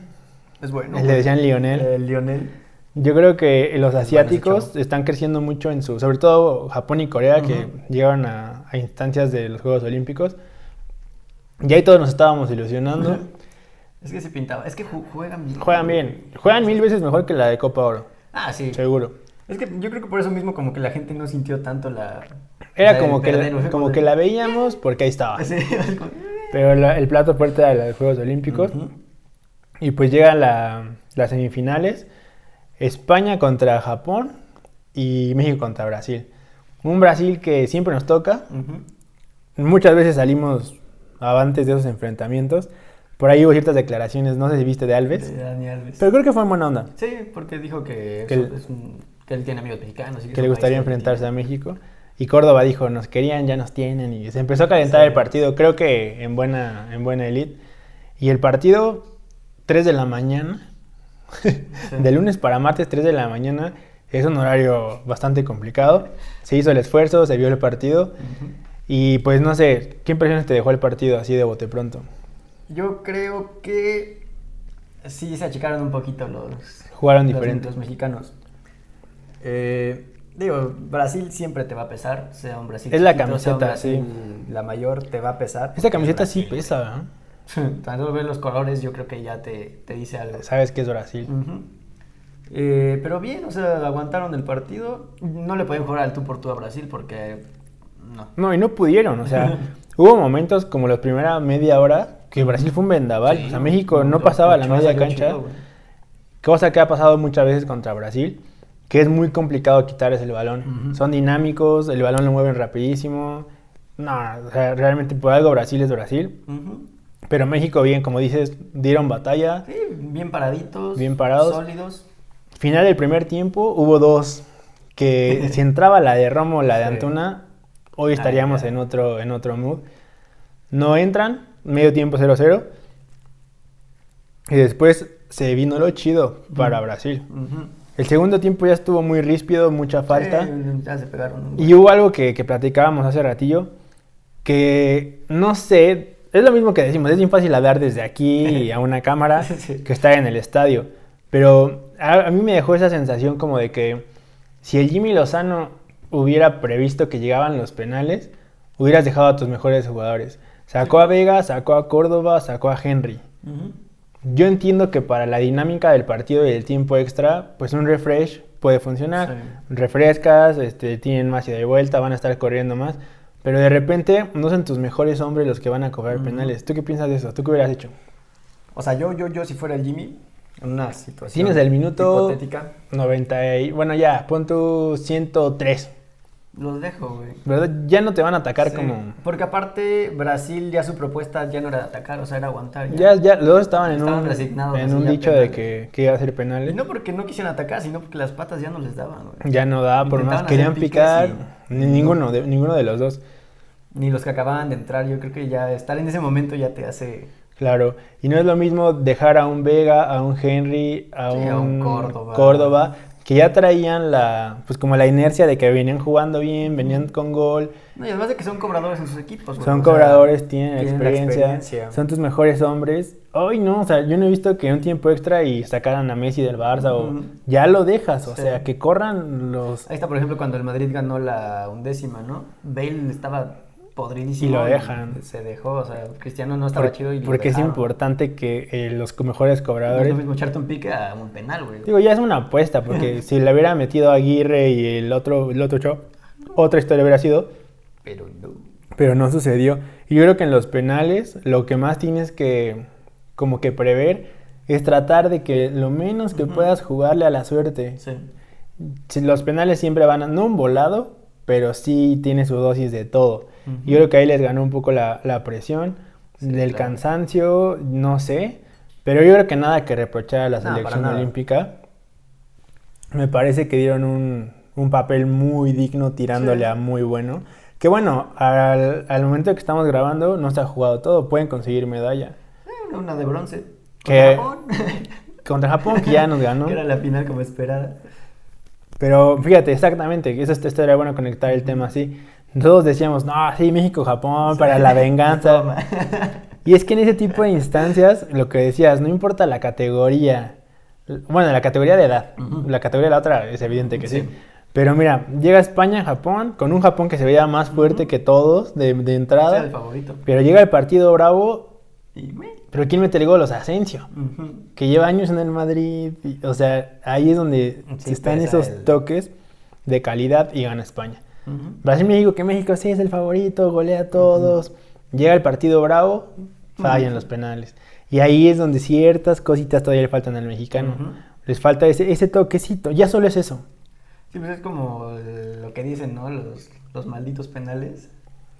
[SPEAKER 2] es bueno.
[SPEAKER 1] Le
[SPEAKER 2] güey.
[SPEAKER 1] decían Lionel.
[SPEAKER 2] Eh, Lionel.
[SPEAKER 1] Yo creo que los
[SPEAKER 2] ese
[SPEAKER 1] asiáticos
[SPEAKER 2] chavo.
[SPEAKER 1] están creciendo mucho en su, sobre todo Japón y Corea, que
[SPEAKER 2] Ujú.
[SPEAKER 1] llegaron a, a instancias de los Juegos Olímpicos. Y ahí todos nos estábamos ilusionando.
[SPEAKER 2] Es que se pintaba. Es que ju- juegan bien.
[SPEAKER 1] Juegan bien, juegan mil veces mejor que la de Copa Oro.
[SPEAKER 2] Ah, sí.
[SPEAKER 1] seguro.
[SPEAKER 2] Es que yo creo que por eso mismo como que la gente no sintió tanto la...
[SPEAKER 1] Era
[SPEAKER 2] la-
[SPEAKER 1] como,
[SPEAKER 2] el
[SPEAKER 1] que
[SPEAKER 2] verdadero,
[SPEAKER 1] la,
[SPEAKER 2] fue
[SPEAKER 1] como
[SPEAKER 2] de-
[SPEAKER 1] que la veíamos porque ahí estaba.
[SPEAKER 2] [LAUGHS] Sí, es como-
[SPEAKER 1] Pero la- el plato fuerte de los Juegos Olímpicos.
[SPEAKER 2] Ujú.
[SPEAKER 1] Y pues llegan la- las semifinales. España contra Japón y México contra Brasil. Un Brasil que siempre nos toca.
[SPEAKER 2] Ujú.
[SPEAKER 1] Muchas veces salimos avantes de esos enfrentamientos. Por ahí hubo ciertas declaraciones, no sé si viste de Alves.
[SPEAKER 2] De Dani Alves.
[SPEAKER 1] Pero creo que fue en buena onda.
[SPEAKER 2] Sí, porque dijo que,
[SPEAKER 1] Que
[SPEAKER 2] es-
[SPEAKER 1] el-
[SPEAKER 2] es un- que él tiene amigos mexicanos. y
[SPEAKER 1] Que
[SPEAKER 2] es
[SPEAKER 1] le
[SPEAKER 2] un
[SPEAKER 1] gustaría
[SPEAKER 2] país que
[SPEAKER 1] enfrentarse a
[SPEAKER 2] tiene-
[SPEAKER 1] México. Y Córdoba dijo, nos querían, ya nos tienen. Y se empezó a calentar
[SPEAKER 2] Sí.
[SPEAKER 1] el partido, creo que en buena, en buena elite. Y el partido, 3 de la mañana. De lunes para martes, 3 de la mañana. Es un horario bastante complicado. Se hizo el esfuerzo, se vio el partido.
[SPEAKER 2] Ujú.
[SPEAKER 1] Y pues no sé, ¿qué impresiones te dejó el partido así de bote pronto?
[SPEAKER 2] Yo creo que sí se achicaron un poquito los,
[SPEAKER 1] Jugaron
[SPEAKER 2] los-
[SPEAKER 1] diferente.
[SPEAKER 2] los mexicanos. Eh, digo, Brasil siempre te va a pesar, sea un Brasil.
[SPEAKER 1] Es la
[SPEAKER 2] sea un
[SPEAKER 1] camiseta,
[SPEAKER 2] Brasil La mayor te va a pesar.
[SPEAKER 1] Esta camiseta
[SPEAKER 2] [LAUGHS]
[SPEAKER 1] sí pesa, ¿eh? ¿verdad?
[SPEAKER 2] Tan solo ver los colores, yo creo que ya te, te dice algo.
[SPEAKER 1] Sabes que es Brasil.
[SPEAKER 2] Ujú. Eh, pero bien, o sea, aguantaron el partido. No le pueden jugar al tú por tú a Brasil porque no.
[SPEAKER 1] No, y no pudieron, o sea,
[SPEAKER 2] [LAUGHS]
[SPEAKER 1] hubo momentos como la primera media hora que Brasil fue un vendaval, o sea,
[SPEAKER 2] Sí,
[SPEAKER 1] México no
[SPEAKER 2] lo-
[SPEAKER 1] pasaba
[SPEAKER 2] lo
[SPEAKER 1] la
[SPEAKER 2] Ochoa
[SPEAKER 1] media
[SPEAKER 2] salió
[SPEAKER 1] cancha,
[SPEAKER 2] chido, güey.
[SPEAKER 1] cosa que ha pasado muchas veces contra Brasil, que es muy complicado quitarles el balón,
[SPEAKER 2] Ujú.
[SPEAKER 1] son dinámicos, el balón lo mueven rapidísimo, no, o sea, realmente por algo Brasil es Brasil,
[SPEAKER 2] Ujú.
[SPEAKER 1] pero México bien, como dices, dieron batalla,
[SPEAKER 2] Sí, bien paraditos.
[SPEAKER 1] Bien parados.
[SPEAKER 2] Sólidos.
[SPEAKER 1] final del primer tiempo hubo dos,
[SPEAKER 2] [LAUGHS]
[SPEAKER 1] que si entraba la de Romo o la de
[SPEAKER 2] Sí.
[SPEAKER 1] Antuna, hoy
[SPEAKER 2] Ah,
[SPEAKER 1] estaríamos
[SPEAKER 2] ya.
[SPEAKER 1] en otro, en otro mood. No entran, medio tiempo 0-0. Y después se vino lo chido para Brasil.
[SPEAKER 2] Ujú.
[SPEAKER 1] El segundo tiempo ya estuvo muy ríspido, mucha falta.
[SPEAKER 2] Sí, ya se pegaron. un
[SPEAKER 1] Y hubo algo que, que platicábamos hace ratillo, que no sé, es lo mismo que decimos, es bien fácil hablar desde aquí a una cámara
[SPEAKER 2] Sí.
[SPEAKER 1] que estar en el estadio, pero a, a mí me dejó esa sensación como de que si el Jimmy Lozano hubiera previsto que llegaban los penales, hubieras dejado a tus mejores jugadores. Sacó a Vega, sacó a Córdoba, sacó a Henry.
[SPEAKER 2] gol. Ujú.
[SPEAKER 1] Yo entiendo que para la dinámica del partido y el tiempo extra, pues un refresh puede funcionar.
[SPEAKER 2] Sí.
[SPEAKER 1] Refrescas, este, tienen más ida y vuelta, van a estar corriendo más. Pero de repente no son tus mejores hombres los que van a cobrar
[SPEAKER 2] Ujú.
[SPEAKER 1] penales. ¿Tú qué piensas de eso? ¿Tú qué hubieras hecho?
[SPEAKER 2] O sea, yo, yo, yo si fuera el Jimmy, en una situación.
[SPEAKER 1] Tienes el minuto-
[SPEAKER 2] Hipotética.
[SPEAKER 1] 90 y... Bueno, ya, pon tu 103.
[SPEAKER 2] Los dejo, güey.
[SPEAKER 1] ¿Verdad? Ya no te van a atacar
[SPEAKER 2] Sí,
[SPEAKER 1] como...
[SPEAKER 2] Porque aparte, Brasil ya su propuesta ya no era atacar, o sea, era aguantar.
[SPEAKER 1] Ya, ya, los dos estaban en
[SPEAKER 2] Estaban
[SPEAKER 1] un,
[SPEAKER 2] resignados,
[SPEAKER 1] en
[SPEAKER 2] así,
[SPEAKER 1] un
[SPEAKER 2] ya
[SPEAKER 1] dicho
[SPEAKER 2] penales.
[SPEAKER 1] de que, que iba a ser penales.
[SPEAKER 2] Y no porque no quisieran atacar, sino porque las patas ya no les daban, güey.
[SPEAKER 1] Ya no da, por más
[SPEAKER 2] Intentaban
[SPEAKER 1] querían
[SPEAKER 2] hacer piques
[SPEAKER 1] picar.
[SPEAKER 2] y-
[SPEAKER 1] ni- ninguno, de, ninguno de los dos.
[SPEAKER 2] Ni los que acababan de entrar, yo creo que ya estar en ese momento ya te hace.
[SPEAKER 1] Claro, y no es lo mismo dejar a un Vega, a un Henry, a,
[SPEAKER 2] Sí,
[SPEAKER 1] un,
[SPEAKER 2] a un Córdoba.
[SPEAKER 1] Córdoba, que ya traían la, pues como la inercia de que venían jugando bien, venían con gol,
[SPEAKER 2] No, y además de que son cobradores en sus equipos, güey,
[SPEAKER 1] son
[SPEAKER 2] Pues o sea,
[SPEAKER 1] cobradores, tienen,
[SPEAKER 2] tienen la
[SPEAKER 1] experiencia,
[SPEAKER 2] experiencia.
[SPEAKER 1] son tus mejores hombres. Hoy no, o sea, yo no he visto que en un tiempo extra y sacaran a Messi del Barça
[SPEAKER 2] Ujú.
[SPEAKER 1] o ya lo dejas, o
[SPEAKER 2] Sí.
[SPEAKER 1] sea, que corran los
[SPEAKER 2] Ahí está, por ejemplo, cuando el Madrid ganó la undécima, ¿no? Bale estaba podridísimo.
[SPEAKER 1] Y lo dejan.
[SPEAKER 2] y Se dejó, o sea, Cristiano no estaba
[SPEAKER 1] por-
[SPEAKER 2] chido y lo
[SPEAKER 1] porque es
[SPEAKER 2] dejaron.
[SPEAKER 1] importante que eh, los mejores
[SPEAKER 2] No es
[SPEAKER 1] cobradores
[SPEAKER 2] lo mismo echarte un pique a un penal, güey.
[SPEAKER 1] Digo, ya es una apuesta, porque si le hubiera metido a Aguirre y el otro, el otro show, otra historia hubiera sido,
[SPEAKER 2] Pero no.
[SPEAKER 1] pero no sucedió. Y yo creo que en los penales lo que más tienes que como que prever es tratar de que lo menos que
[SPEAKER 2] Ujú.
[SPEAKER 1] puedas jugarle a la suerte.
[SPEAKER 2] Sí.
[SPEAKER 1] Si Los penales siempre van, a, no un volado, pero sí tiene su dosis de todo.
[SPEAKER 2] Ujú.
[SPEAKER 1] Yo creo que ahí les ganó un poco la, la presión,
[SPEAKER 2] Sí,
[SPEAKER 1] del
[SPEAKER 2] claro.
[SPEAKER 1] cansancio, no sé, pero yo creo que nada que reprochar a la
[SPEAKER 2] No, para
[SPEAKER 1] selección
[SPEAKER 2] nada.
[SPEAKER 1] olímpica. Me parece que dieron un, un papel muy digno tirándole
[SPEAKER 2] Sí.
[SPEAKER 1] a muy bueno. Que bueno, al, al momento que estamos grabando no se ha jugado todo, pueden conseguir medalla.
[SPEAKER 2] Eh, Una de bronce.
[SPEAKER 1] Que-
[SPEAKER 2] Contra Japón.
[SPEAKER 1] Contra [LAUGHS] Japón, que ya nos ganó.
[SPEAKER 2] [LAUGHS] que era la final como esperada.
[SPEAKER 1] Pero fíjate, exactamente, que eso est- estaría bueno conectar el tema así. Todos decíamos, no, sí, México-Japón, para la
[SPEAKER 2] [LAUGHS]
[SPEAKER 1] venganza.
[SPEAKER 2] Toma.
[SPEAKER 1] Y es que en ese tipo de instancias, lo que decías, no importa la categoría, l- bueno, la categoría de edad,
[SPEAKER 2] Ujú.
[SPEAKER 1] la categoría de la otra es evidente que sí.
[SPEAKER 2] Sí.
[SPEAKER 1] Pero mira, llega España, Japón, con un Japón que se veía más fuerte que todos de, de
[SPEAKER 2] Era
[SPEAKER 1] entrada,
[SPEAKER 2] el favorito.
[SPEAKER 1] pero llega el partido bravo
[SPEAKER 2] Y, güey,
[SPEAKER 1] Pero ¿quién mete el gol? O sea, Asensio, que lleva años en el Madrid. y- o sea, ahí es donde
[SPEAKER 2] Sí,
[SPEAKER 1] están
[SPEAKER 2] pesa
[SPEAKER 1] esos
[SPEAKER 2] el-
[SPEAKER 1] toques de calidad y gana España. Brasil-México, que México sí es el favorito, golea a todos. Llega el partido bravo, fallan
[SPEAKER 2] Ujú.
[SPEAKER 1] los penales. Y ahí es donde ciertas cositas todavía le faltan al mexicano.
[SPEAKER 2] Ujú.
[SPEAKER 1] Les falta ese, ese toquecito, ya solo es eso.
[SPEAKER 2] Sí, pues es como el- lo que dicen, ¿no? Los, los malditos penales.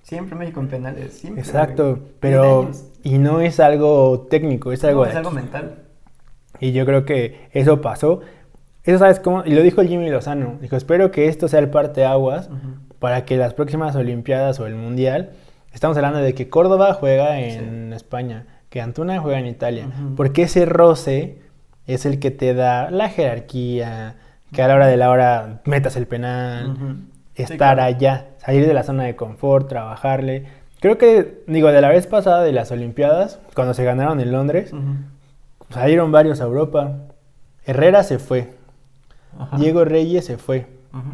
[SPEAKER 2] Siempre México en penales, siempre.
[SPEAKER 1] Exacto,
[SPEAKER 2] güey. Tiene
[SPEAKER 1] pero...
[SPEAKER 2] años.
[SPEAKER 1] Y no es algo técnico, es algo
[SPEAKER 2] No,
[SPEAKER 1] de
[SPEAKER 2] es algo
[SPEAKER 1] aquí.
[SPEAKER 2] mental.
[SPEAKER 1] Y yo creo que eso pasó. Eso sabes cómo, y lo dijo el Jimmy Lozano, dijo, espero que esto sea el parteaguas
[SPEAKER 2] Ujú.
[SPEAKER 1] para que las próximas Olimpiadas o el Mundial, estamos hablando de que Córdoba juega en España, que Antuna juega en Italia,
[SPEAKER 2] Ujú.
[SPEAKER 1] porque ese roce es el que te da la jerarquía, que a la hora de la hora metas el penal,
[SPEAKER 2] Ujú. Sí,
[SPEAKER 1] estar
[SPEAKER 2] claro.
[SPEAKER 1] allá, salir de la zona de confort, trabajarle. Creo que, digo, de la vez pasada de las Olimpiadas, cuando se ganaron en Londres, pues,
[SPEAKER 2] Ujú.
[SPEAKER 1] Salieron varios a Europa. Herrera se fue.
[SPEAKER 2] Ajá.
[SPEAKER 1] Diego Reyes se fue.
[SPEAKER 2] Ujú.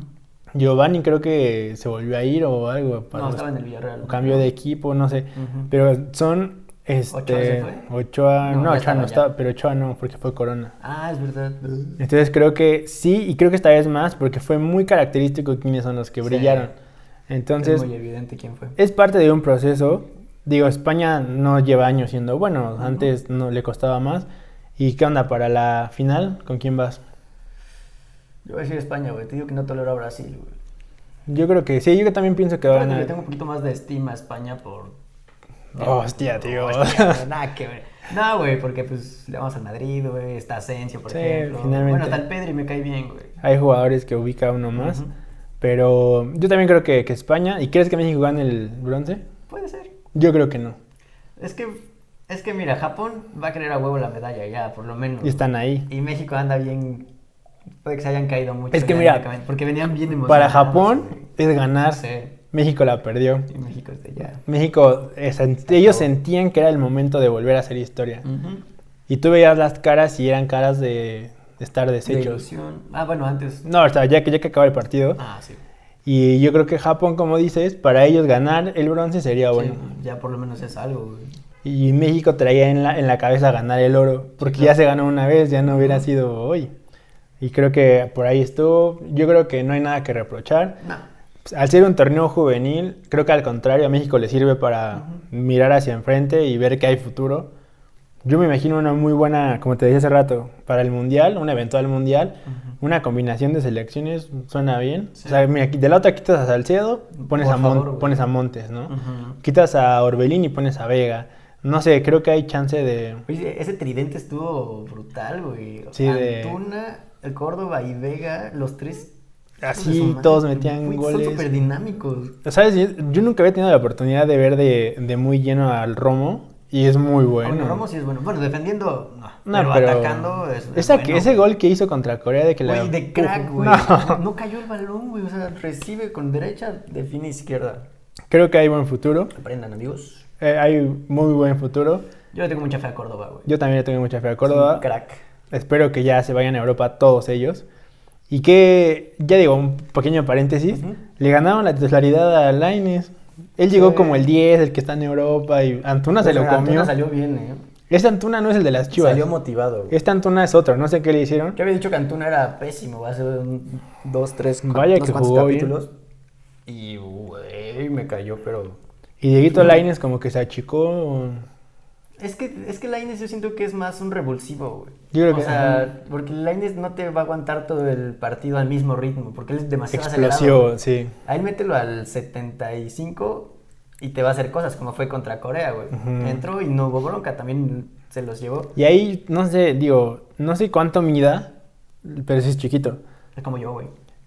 [SPEAKER 1] Giovanni creo que se volvió a ir o algo.
[SPEAKER 2] No,
[SPEAKER 1] para-
[SPEAKER 2] estaba en el Villarreal.
[SPEAKER 1] o cambió de equipo, no sé.
[SPEAKER 2] Ujú.
[SPEAKER 1] Pero son. Este,
[SPEAKER 2] ¿Ochoa se fue?
[SPEAKER 1] Ochoa-
[SPEAKER 2] No,
[SPEAKER 1] no,
[SPEAKER 2] ya
[SPEAKER 1] Ochoa
[SPEAKER 2] estaba
[SPEAKER 1] no
[SPEAKER 2] ya.
[SPEAKER 1] estaba, pero Ochoa no, porque fue Corona.
[SPEAKER 2] Ah, es verdad.
[SPEAKER 1] Entonces creo que sí, y creo que esta vez más, porque fue muy característico quiénes son los que
[SPEAKER 2] Sí.
[SPEAKER 1] brillaron. Entonces,
[SPEAKER 2] es muy evidente quién fue.
[SPEAKER 1] es parte de un proceso. Digo, España no lleva años siendo bueno. Antes no le costaba más. ¿Y qué onda para la final? ¿Con quién vas?
[SPEAKER 2] Yo voy a decir España, güey. Te digo que no tolero a Brasil, güey.
[SPEAKER 1] Yo creo que sí. Yo también pienso que va a
[SPEAKER 2] Creo que le
[SPEAKER 1] ganar.
[SPEAKER 2] tengo un poquito más de estima a España por.
[SPEAKER 1] Hostia, tío. [LAUGHS]
[SPEAKER 2] Hostia, güey, nada que ver. No, güey, porque pues le vamos al Madrid, güey. Está Asensio, por
[SPEAKER 1] Sí,
[SPEAKER 2] ejemplo.
[SPEAKER 1] finalmente.
[SPEAKER 2] Bueno, tal Pedri me cae bien, güey.
[SPEAKER 1] Hay jugadores que ubica uno más.
[SPEAKER 2] Ujú.
[SPEAKER 1] Pero yo también creo que, que España. ¿Y crees que México gane el bronce?
[SPEAKER 2] Puede ser.
[SPEAKER 1] Yo creo que no.
[SPEAKER 2] Es que, es que mira, Japón va a querer a huevo la medalla ya, por lo menos.
[SPEAKER 1] Y están ahí.
[SPEAKER 2] Y México anda bien. Puede que se hayan caído mucho.
[SPEAKER 1] Es que mira,
[SPEAKER 2] dinámicamente, Porque venían bien emocionados.
[SPEAKER 1] Para Japón
[SPEAKER 2] güey.
[SPEAKER 1] es ganar.
[SPEAKER 2] Sí.
[SPEAKER 1] México la perdió.
[SPEAKER 2] Y México está ya.
[SPEAKER 1] México, eh, sent- ellos
[SPEAKER 2] acabó.
[SPEAKER 1] sentían que era el momento de volver a hacer historia.
[SPEAKER 2] Ujú.
[SPEAKER 1] Y tú veías las caras y eran caras de de estar
[SPEAKER 2] De
[SPEAKER 1] deshechos.
[SPEAKER 2] ilusión. Ah, bueno, antes.
[SPEAKER 1] No, o sea, ya que, ya que acaba el partido.
[SPEAKER 2] Ah, sí.
[SPEAKER 1] Y yo creo que Japón, como dices, para ellos ganar el bronce sería Ah, bueno.
[SPEAKER 2] Sí, ya por lo menos es algo, güey.
[SPEAKER 1] Y México traía en la, en la cabeza ganar el oro, porque ya se ganó una vez, ya no hubiera sido hoy. Y creo que por ahí estuvo. Yo creo que no hay nada que reprochar. Pues,
[SPEAKER 2] No.
[SPEAKER 1] Al ser un torneo juvenil, creo que al contrario, a México le sirve para mirar hacia enfrente y ver que hay futuro. Yo me imagino una muy buena, como te decía hace rato, para el Mundial, un eventual Mundial,
[SPEAKER 2] Ujú.
[SPEAKER 1] una combinación de selecciones, suena bien. O
[SPEAKER 2] Sí.
[SPEAKER 1] sea, mira, qui- de la otra quitas a Salcedo, pones,
[SPEAKER 2] Por
[SPEAKER 1] a, Mon-
[SPEAKER 2] favor, güey.
[SPEAKER 1] pones a Montes, ¿no?
[SPEAKER 2] Ujú.
[SPEAKER 1] Quitas a Orbelín y pones a Vega. No sé, creo que hay chance de...
[SPEAKER 2] Oye, ese tridente estuvo brutal, güey.
[SPEAKER 1] Sí, de-
[SPEAKER 2] Antuna, Córdoba y Vega, los tres.
[SPEAKER 1] Así
[SPEAKER 2] Hijo de su madre,
[SPEAKER 1] Ah, todos metían
[SPEAKER 2] güey,
[SPEAKER 1] goles.
[SPEAKER 2] Son súper dinámicos.
[SPEAKER 1] ¿Sabes? Yo, yo nunca había tenido la oportunidad de ver de, de muy lleno al Romo y es muy bueno.
[SPEAKER 2] Bueno, Romo sí es bueno. Bueno, defendiendo, no.
[SPEAKER 1] No,
[SPEAKER 2] pero,
[SPEAKER 1] pero,
[SPEAKER 2] atacando es. es
[SPEAKER 1] Esa que-
[SPEAKER 2] bueno,
[SPEAKER 1] Ese
[SPEAKER 2] güey.
[SPEAKER 1] gol que hizo contra Corea de que la...
[SPEAKER 2] Güey, de crack,
[SPEAKER 1] Uf,
[SPEAKER 2] güey. No.
[SPEAKER 1] no.
[SPEAKER 2] cayó el balón, güey. O sea, recibe con derecha, define izquierda.
[SPEAKER 1] Creo que hay buen futuro.
[SPEAKER 2] Aprendan, amigos.
[SPEAKER 1] eh, hay muy buen futuro.
[SPEAKER 2] Yo le tengo mucha fe a Córdoba, güey.
[SPEAKER 1] Yo también le tengo mucha fe a
[SPEAKER 2] Es un
[SPEAKER 1] Córdoba.
[SPEAKER 2] Crack.
[SPEAKER 1] Espero que ya se vayan a Europa todos ellos. Y que, ya digo, un pequeño paréntesis,
[SPEAKER 2] Ujú.
[SPEAKER 1] le ganaron la titularidad a Laines. Él llegó
[SPEAKER 2] Sí.
[SPEAKER 1] como el 10, el que está en Europa, y Antuna se
[SPEAKER 2] O sea,
[SPEAKER 1] lo comió.
[SPEAKER 2] Antuna salió bien, eh.
[SPEAKER 1] Este Antuna no es el de las chivas.
[SPEAKER 2] Salió motivado, güey.
[SPEAKER 1] Este Antuna es otro, no sé qué le hicieron.
[SPEAKER 2] Yo había dicho que Antuna era pésimo, hace un, dos, tres, cu-
[SPEAKER 1] Vaya
[SPEAKER 2] unos
[SPEAKER 1] que
[SPEAKER 2] cuantos
[SPEAKER 1] jugó bien.
[SPEAKER 2] capítulos. Y, güey, me cayó, pero...
[SPEAKER 1] Y Dieguito Laines como que se achicó.
[SPEAKER 2] Es que, es que Lainez yo siento que es más un revulsivo, güey.
[SPEAKER 1] Yo creo
[SPEAKER 2] o
[SPEAKER 1] que-
[SPEAKER 2] sea, porque Lainez no te va a aguantar todo el partido al mismo ritmo, porque él es demasiado acelerado.
[SPEAKER 1] Explosivo,
[SPEAKER 2] güey.
[SPEAKER 1] sí.
[SPEAKER 2] A él mételo al 75 y te va a hacer cosas, como fue contra Corea, güey.
[SPEAKER 1] Ujú.
[SPEAKER 2] Entró y no hubo bronca, también se los llevó.
[SPEAKER 1] Y ahí, no sé, digo, no sé cuánto mida, pero sí es chiquito.
[SPEAKER 2] Es como yo, güey.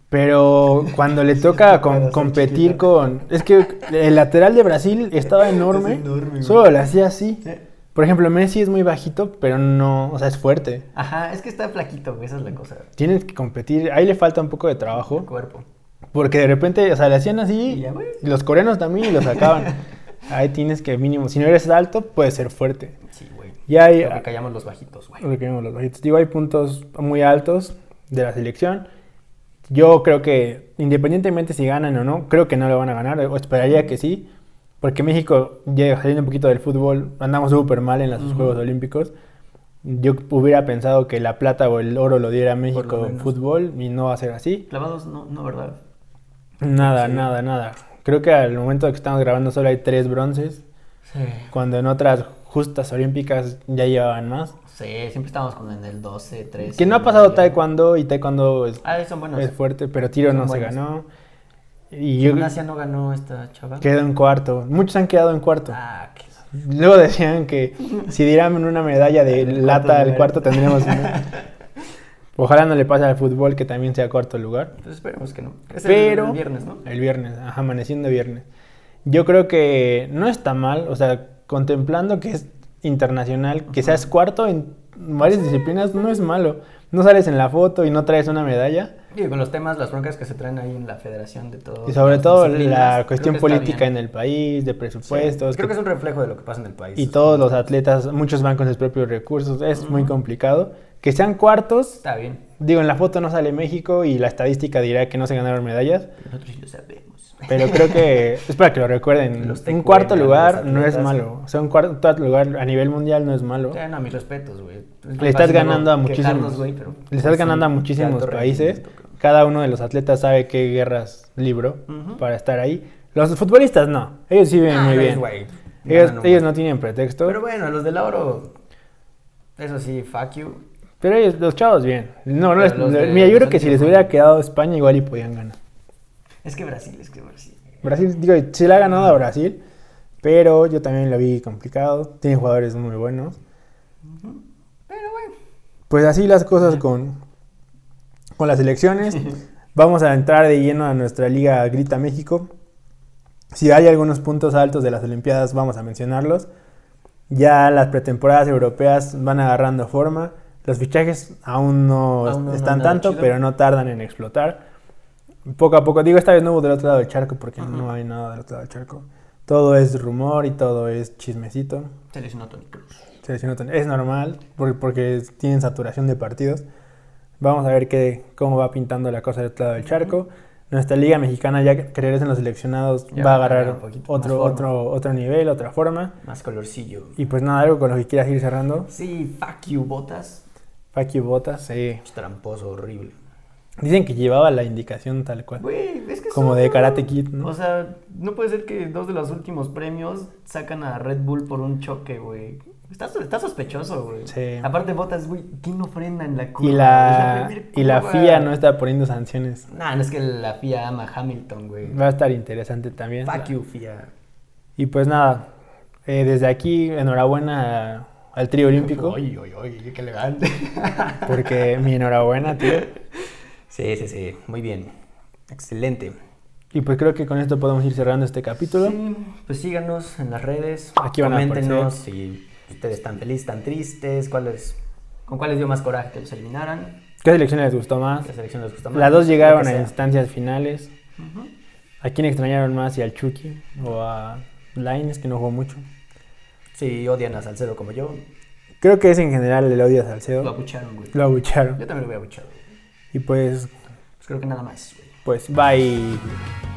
[SPEAKER 1] Pero cuando le toca com-
[SPEAKER 2] Para ser
[SPEAKER 1] competir
[SPEAKER 2] chiquito.
[SPEAKER 1] con... Es que el lateral de Brasil estaba enorme.
[SPEAKER 2] Es enorme, güey.
[SPEAKER 1] solo le hacía así.
[SPEAKER 2] Sí.
[SPEAKER 1] Por ejemplo, Messi es muy bajito, pero no... O sea, es fuerte.
[SPEAKER 2] Ajá, es que está flaquito, güey, esa es la cosa.
[SPEAKER 1] Tienes que competir. Ahí le falta un poco de
[SPEAKER 2] El
[SPEAKER 1] trabajo.
[SPEAKER 2] cuerpo.
[SPEAKER 1] Porque de repente, o sea, le hacían
[SPEAKER 2] Y
[SPEAKER 1] así.
[SPEAKER 2] ya, güey.
[SPEAKER 1] y los coreanos también y lo
[SPEAKER 2] [LAUGHS]
[SPEAKER 1] sacaban. Ahí tienes que mínimo... Si no eres alto, puedes ser fuerte.
[SPEAKER 2] Sí, güey.
[SPEAKER 1] Ya hay...
[SPEAKER 2] Lo que callamos los bajitos, güey.
[SPEAKER 1] Lo que vimos los bajitos. Digo, hay puntos muy altos de la selección. Yo creo que, independientemente si ganan o no, creo que no lo van a ganar. o Esperaría que sí. porque México, ya saliendo un poquito del fútbol, andamos súper mal en los
[SPEAKER 2] Ujú.
[SPEAKER 1] Juegos Olímpicos. Yo hubiera pensado que la plata o el oro lo diera México en
[SPEAKER 2] menos.
[SPEAKER 1] fútbol y no va a ser así.
[SPEAKER 2] Clavados, no, no, ¿verdad?
[SPEAKER 1] Nada,
[SPEAKER 2] Sí.
[SPEAKER 1] nada, nada. Creo que al momento que estamos grabando solo hay tres bronces,
[SPEAKER 2] Sí.
[SPEAKER 1] cuando en otras justas olímpicas ya llevaban más.
[SPEAKER 2] Sí, siempre estábamos como en el 12, 13.
[SPEAKER 1] Que no ha pasado
[SPEAKER 2] taekwondo.
[SPEAKER 1] taekwondo y taekwondo es,
[SPEAKER 2] Ah, son buenos.
[SPEAKER 1] es fuerte, pero tiro
[SPEAKER 2] Son
[SPEAKER 1] no se
[SPEAKER 2] buenos.
[SPEAKER 1] ganó. Y yo
[SPEAKER 2] Gimnasia no ganó esta chava.
[SPEAKER 1] quedo en cuarto. Muchos han quedado en cuarto.
[SPEAKER 2] Ah, qué...
[SPEAKER 1] Luego decían que si dieran una medalla
[SPEAKER 2] [LAUGHS]
[SPEAKER 1] de
[SPEAKER 2] El cuarto
[SPEAKER 1] lata al
[SPEAKER 2] lugar.
[SPEAKER 1] cuarto tendríamos
[SPEAKER 2] [LAUGHS]
[SPEAKER 1] una. Ojalá no le pase al fútbol que también sea cuarto lugar.
[SPEAKER 2] Pues esperemos que no. Es
[SPEAKER 1] Pero-
[SPEAKER 2] el viernes, ¿no?
[SPEAKER 1] El viernes, ajá, amaneciendo viernes. Yo creo que no está mal, o sea, contemplando que es internacional, que seas cuarto en varias disciplinas, no es malo. No sales en la foto y no traes una medalla.
[SPEAKER 2] Y con los temas, las broncas que se traen ahí en la federación de todo.
[SPEAKER 1] Y sobre todo la cuestión política en el país, de presupuestos.
[SPEAKER 2] Creo
[SPEAKER 1] que-
[SPEAKER 2] que es un reflejo de lo que pasa en el país.
[SPEAKER 1] y todos los atletas, muchos van con sus propios recursos, es muy complicado. Que sean cuartos,
[SPEAKER 2] Está bien.
[SPEAKER 1] digo, en la foto no sale México y la estadística dirá que no se ganaron medallas,
[SPEAKER 2] Nosotros lo sabemos.
[SPEAKER 1] pero creo que es para que lo recuerden.
[SPEAKER 2] Los
[SPEAKER 1] un
[SPEAKER 2] TQM,
[SPEAKER 1] cuarto
[SPEAKER 2] los
[SPEAKER 1] lugar no es
[SPEAKER 2] atletas.
[SPEAKER 1] malo, o sea, un cuarto lugar a nivel mundial no es malo.
[SPEAKER 2] [LAUGHS] Ya, no, mis respetos, güey.
[SPEAKER 1] Le estás ganando a muchísimos,
[SPEAKER 2] Quejarnos, güey, pero- pues,
[SPEAKER 1] le estás
[SPEAKER 2] Sí,
[SPEAKER 1] ganando a
[SPEAKER 2] de alto
[SPEAKER 1] muchísimos países.
[SPEAKER 2] rendimiento, creo.
[SPEAKER 1] Cada uno de los atletas sabe qué guerras libró
[SPEAKER 2] Ujú.
[SPEAKER 1] para estar ahí. Los futbolistas no, ellos sí viven
[SPEAKER 2] Ah,
[SPEAKER 1] muy
[SPEAKER 2] ellos,
[SPEAKER 1] bien.
[SPEAKER 2] güey,
[SPEAKER 1] Ellos,
[SPEAKER 2] ganan un
[SPEAKER 1] ellos
[SPEAKER 2] buen.
[SPEAKER 1] no tienen pretexto.
[SPEAKER 2] Pero bueno, los del oro. Eso sí, fuck you.
[SPEAKER 1] Pero ellos, los chavos bien. No, no
[SPEAKER 2] Pero
[SPEAKER 1] les-
[SPEAKER 2] los
[SPEAKER 1] le-
[SPEAKER 2] de-
[SPEAKER 1] mira, yo
[SPEAKER 2] los
[SPEAKER 1] creo que si les
[SPEAKER 2] últimos.
[SPEAKER 1] hubiera quedado España igual y podían ganar.
[SPEAKER 2] Es que Brasil, es que Brasil.
[SPEAKER 1] Brasil, digo, sí la ha ganado a Brasil, pero yo también lo vi complicado. Tiene jugadores muy buenos.
[SPEAKER 2] Ujú. Pero bueno.
[SPEAKER 1] Pues así las cosas con, con las elecciones. Vamos a entrar de lleno a nuestra liga Grita México. Si hay algunos puntos altos de las Olimpiadas, vamos a mencionarlos. Ya las pretemporadas europeas van agarrando forma. Los fichajes aún no
[SPEAKER 2] Aún no, no,
[SPEAKER 1] están
[SPEAKER 2] nada
[SPEAKER 1] tanto,
[SPEAKER 2] chido.
[SPEAKER 1] pero no tardan en explotar. Poco a poco, digo, esta vez no hubo del otro lado del charco porque
[SPEAKER 2] Ujú.
[SPEAKER 1] no hay nada del otro lado del charco. Todo es rumor y todo es chismecito.
[SPEAKER 2] Se lesionó Tony Cruz.
[SPEAKER 1] Se lesionó Tony. Es normal, porque, porque tienen saturación de partidos. Vamos a ver qué, cómo va pintando la cosa del otro lado del charco. Nuestra liga mexicana, ya que regresen los seleccionados,
[SPEAKER 2] Ya
[SPEAKER 1] va a
[SPEAKER 2] va a
[SPEAKER 1] agarrar
[SPEAKER 2] agarrar un poquito más
[SPEAKER 1] otro,
[SPEAKER 2] forma.
[SPEAKER 1] otro, otro nivel, otra forma.
[SPEAKER 2] Más colorcillo.
[SPEAKER 1] Y pues nada, algo con lo que quieras ir cerrando.
[SPEAKER 2] Sí, fuck you, botas.
[SPEAKER 1] Fuck you, Botas. Sí.
[SPEAKER 2] Es tramposo, horrible.
[SPEAKER 1] Dicen que llevaba la indicación tal cual.
[SPEAKER 2] Güey, es que
[SPEAKER 1] Como
[SPEAKER 2] son,
[SPEAKER 1] de
[SPEAKER 2] Pues ¿no?
[SPEAKER 1] Karate Kid, ¿no?
[SPEAKER 2] O sea, no puede ser que dos de los últimos premios sacan a Red Bull por un choque, güey. Está, está sospechoso, güey.
[SPEAKER 1] Sí.
[SPEAKER 2] Aparte, botas, güey, ¿quién no frena en la curva?
[SPEAKER 1] Y
[SPEAKER 2] [LAUGHS] Es
[SPEAKER 1] la,
[SPEAKER 2] primer
[SPEAKER 1] y la
[SPEAKER 2] curva.
[SPEAKER 1] FIA no está poniendo sanciones.
[SPEAKER 2] Nah, no es que la FIA ama a Hamilton, güey.
[SPEAKER 1] Va a estar interesante también.
[SPEAKER 2] Fuck you, FIA.
[SPEAKER 1] Y pues nada, eh, desde aquí, enhorabuena al trío olímpico.
[SPEAKER 2] Oye, oye, oye, qué elegante.
[SPEAKER 1] Porque mi enhorabuena, tío.
[SPEAKER 2] sí, sí, sí. Muy bien. Excelente.
[SPEAKER 1] Y pues creo que con esto podemos ir cerrando este capítulo.
[SPEAKER 2] Sí, pues síganos en las redes.
[SPEAKER 1] Aquí van a
[SPEAKER 2] Coméntenos si ustedes están felices, están tristes, cuáles, con cuáles dio más coraje que los eliminaran.
[SPEAKER 1] ¿Qué selección les gustó más?
[SPEAKER 2] ¿Qué selección les gusta más?
[SPEAKER 1] Las dos llegaron
[SPEAKER 2] Lo
[SPEAKER 1] a
[SPEAKER 2] que sea.
[SPEAKER 1] instancias finales.
[SPEAKER 2] Ujú.
[SPEAKER 1] ¿A quién extrañaron más? ¿Y al Chucky? ¿O a Lines, que no jugó mucho?
[SPEAKER 2] Sí, odian a Salcedo como yo.
[SPEAKER 1] Creo que es en general el odio a
[SPEAKER 2] Lo
[SPEAKER 1] Salcedo.
[SPEAKER 2] abucharon, güey.
[SPEAKER 1] Lo abucharon.
[SPEAKER 2] Pues Yo también lo voy abuchado.
[SPEAKER 1] Y pues,
[SPEAKER 2] Pues creo que nada más, güey.
[SPEAKER 1] pues, bye.